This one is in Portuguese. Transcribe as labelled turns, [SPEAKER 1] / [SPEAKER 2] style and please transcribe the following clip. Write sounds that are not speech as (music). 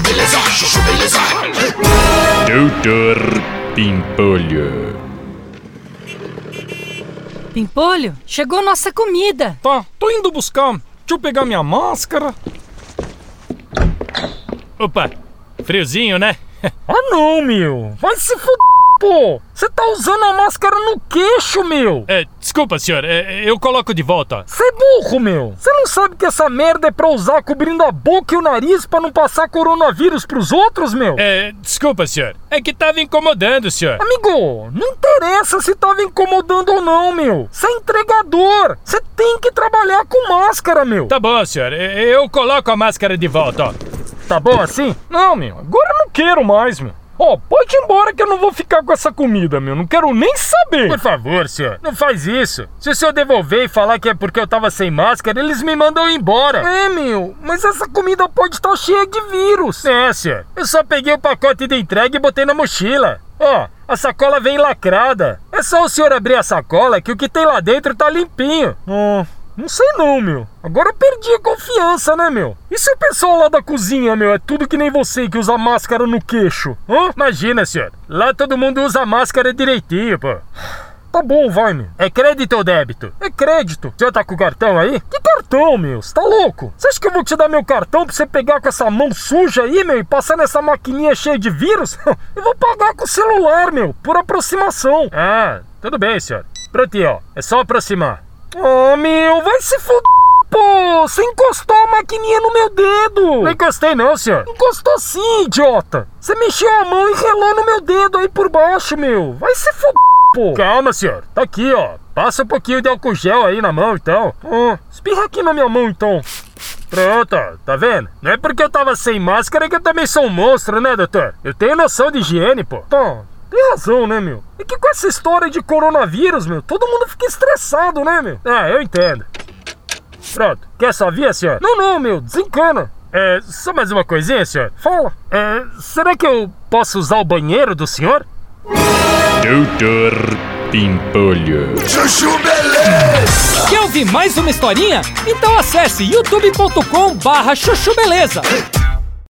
[SPEAKER 1] beleza, chuchu beleza.
[SPEAKER 2] Doutor Pimpolho.
[SPEAKER 3] Pimpolho, chegou nossa comida.
[SPEAKER 4] Tá, tô indo buscar. Deixa eu pegar minha máscara.
[SPEAKER 5] Opa, friozinho,
[SPEAKER 4] (laughs)
[SPEAKER 5] né?
[SPEAKER 4] Ah não, meu. Vai se fuder, pô. Você tá usando a máscara no queixo, meu.
[SPEAKER 5] É, desculpa, senhor, é, eu coloco de volta.
[SPEAKER 4] Você é burro, meu. Você não sabe que essa merda é pra usar cobrindo a boca e o nariz pra não passar coronavírus pros outros, meu?
[SPEAKER 5] É, desculpa, senhor, é que tava incomodando, senhor.
[SPEAKER 4] Amigo, não interessa se tava incomodando ou não, meu. Você é entregador. Você tem que trabalhar com máscara, meu.
[SPEAKER 5] Tá bom, senhor, é, eu coloco a máscara de volta, ó.
[SPEAKER 4] Tá bom assim? Não, meu. Agora eu não quero mais, meu. Ó, pode ir embora que eu não vou ficar com essa comida, meu. Não quero nem saber.
[SPEAKER 5] Por favor, senhor, não faz isso. Se o senhor devolver e falar que é porque eu tava sem máscara, eles me mandam embora.
[SPEAKER 4] É, meu. Mas essa comida pode estar cheia de vírus.
[SPEAKER 5] É, senhor, eu só peguei o pacote de entrega e botei na mochila. Ó, a sacola vem lacrada. É só o senhor abrir a sacola que o que tem lá dentro tá limpinho.
[SPEAKER 4] Ah, não sei não, meu. Agora eu perdi a confiança, né, meu? E se o pessoal lá da cozinha, meu, é tudo que nem você que usa máscara no queixo? Hã?
[SPEAKER 5] Imagina, senhor, lá todo mundo usa máscara direitinho, pô.
[SPEAKER 4] Tá bom, vai, meu.
[SPEAKER 5] É crédito ou débito?
[SPEAKER 4] É crédito.
[SPEAKER 5] O senhor tá com o cartão aí?
[SPEAKER 4] Que cartão, meu? Você tá louco? Você acha que eu vou te dar meu cartão pra você pegar com essa mão suja aí, meu, e passar nessa maquininha cheia de vírus? (laughs) eu vou pagar com o celular, meu, por aproximação. É,
[SPEAKER 5] Ah, tudo bem, senhor. Pronto, aí, ó. É só aproximar.
[SPEAKER 4] Ah, meu, vai se fuder, pô! Você encostou a maquininha no meu dedo!
[SPEAKER 5] Não encostei não, senhor.
[SPEAKER 4] Encostou sim, idiota! Você mexeu a mão e relou no meu dedo aí por baixo, meu! Vai se fuder, pô!
[SPEAKER 5] Calma, senhor. Tá aqui, ó. Passa um pouquinho de álcool gel aí na mão, então.
[SPEAKER 4] Ah, espirra aqui na minha mão, então.
[SPEAKER 5] Pronto, ó, tá vendo? Não é porque eu tava sem máscara que eu também sou um monstro, né, doutor? Eu tenho noção de higiene, pô.
[SPEAKER 4] Tá, tem razão, né, meu? É que com essa história de coronavírus, meu, todo mundo fica estressado, né, meu?
[SPEAKER 5] Ah, eu entendo. Pronto, quer só via, senhor?
[SPEAKER 4] Não, não, meu, desencana.
[SPEAKER 5] É, só mais uma coisinha, senhor?
[SPEAKER 4] Fala.
[SPEAKER 5] É, será que eu posso usar o banheiro do senhor?
[SPEAKER 2] Doutor Pimpolho.
[SPEAKER 1] Chuchu beleza.
[SPEAKER 6] Quer ouvir mais uma historinha? Então acesse youtube.com barra chuchu beleza.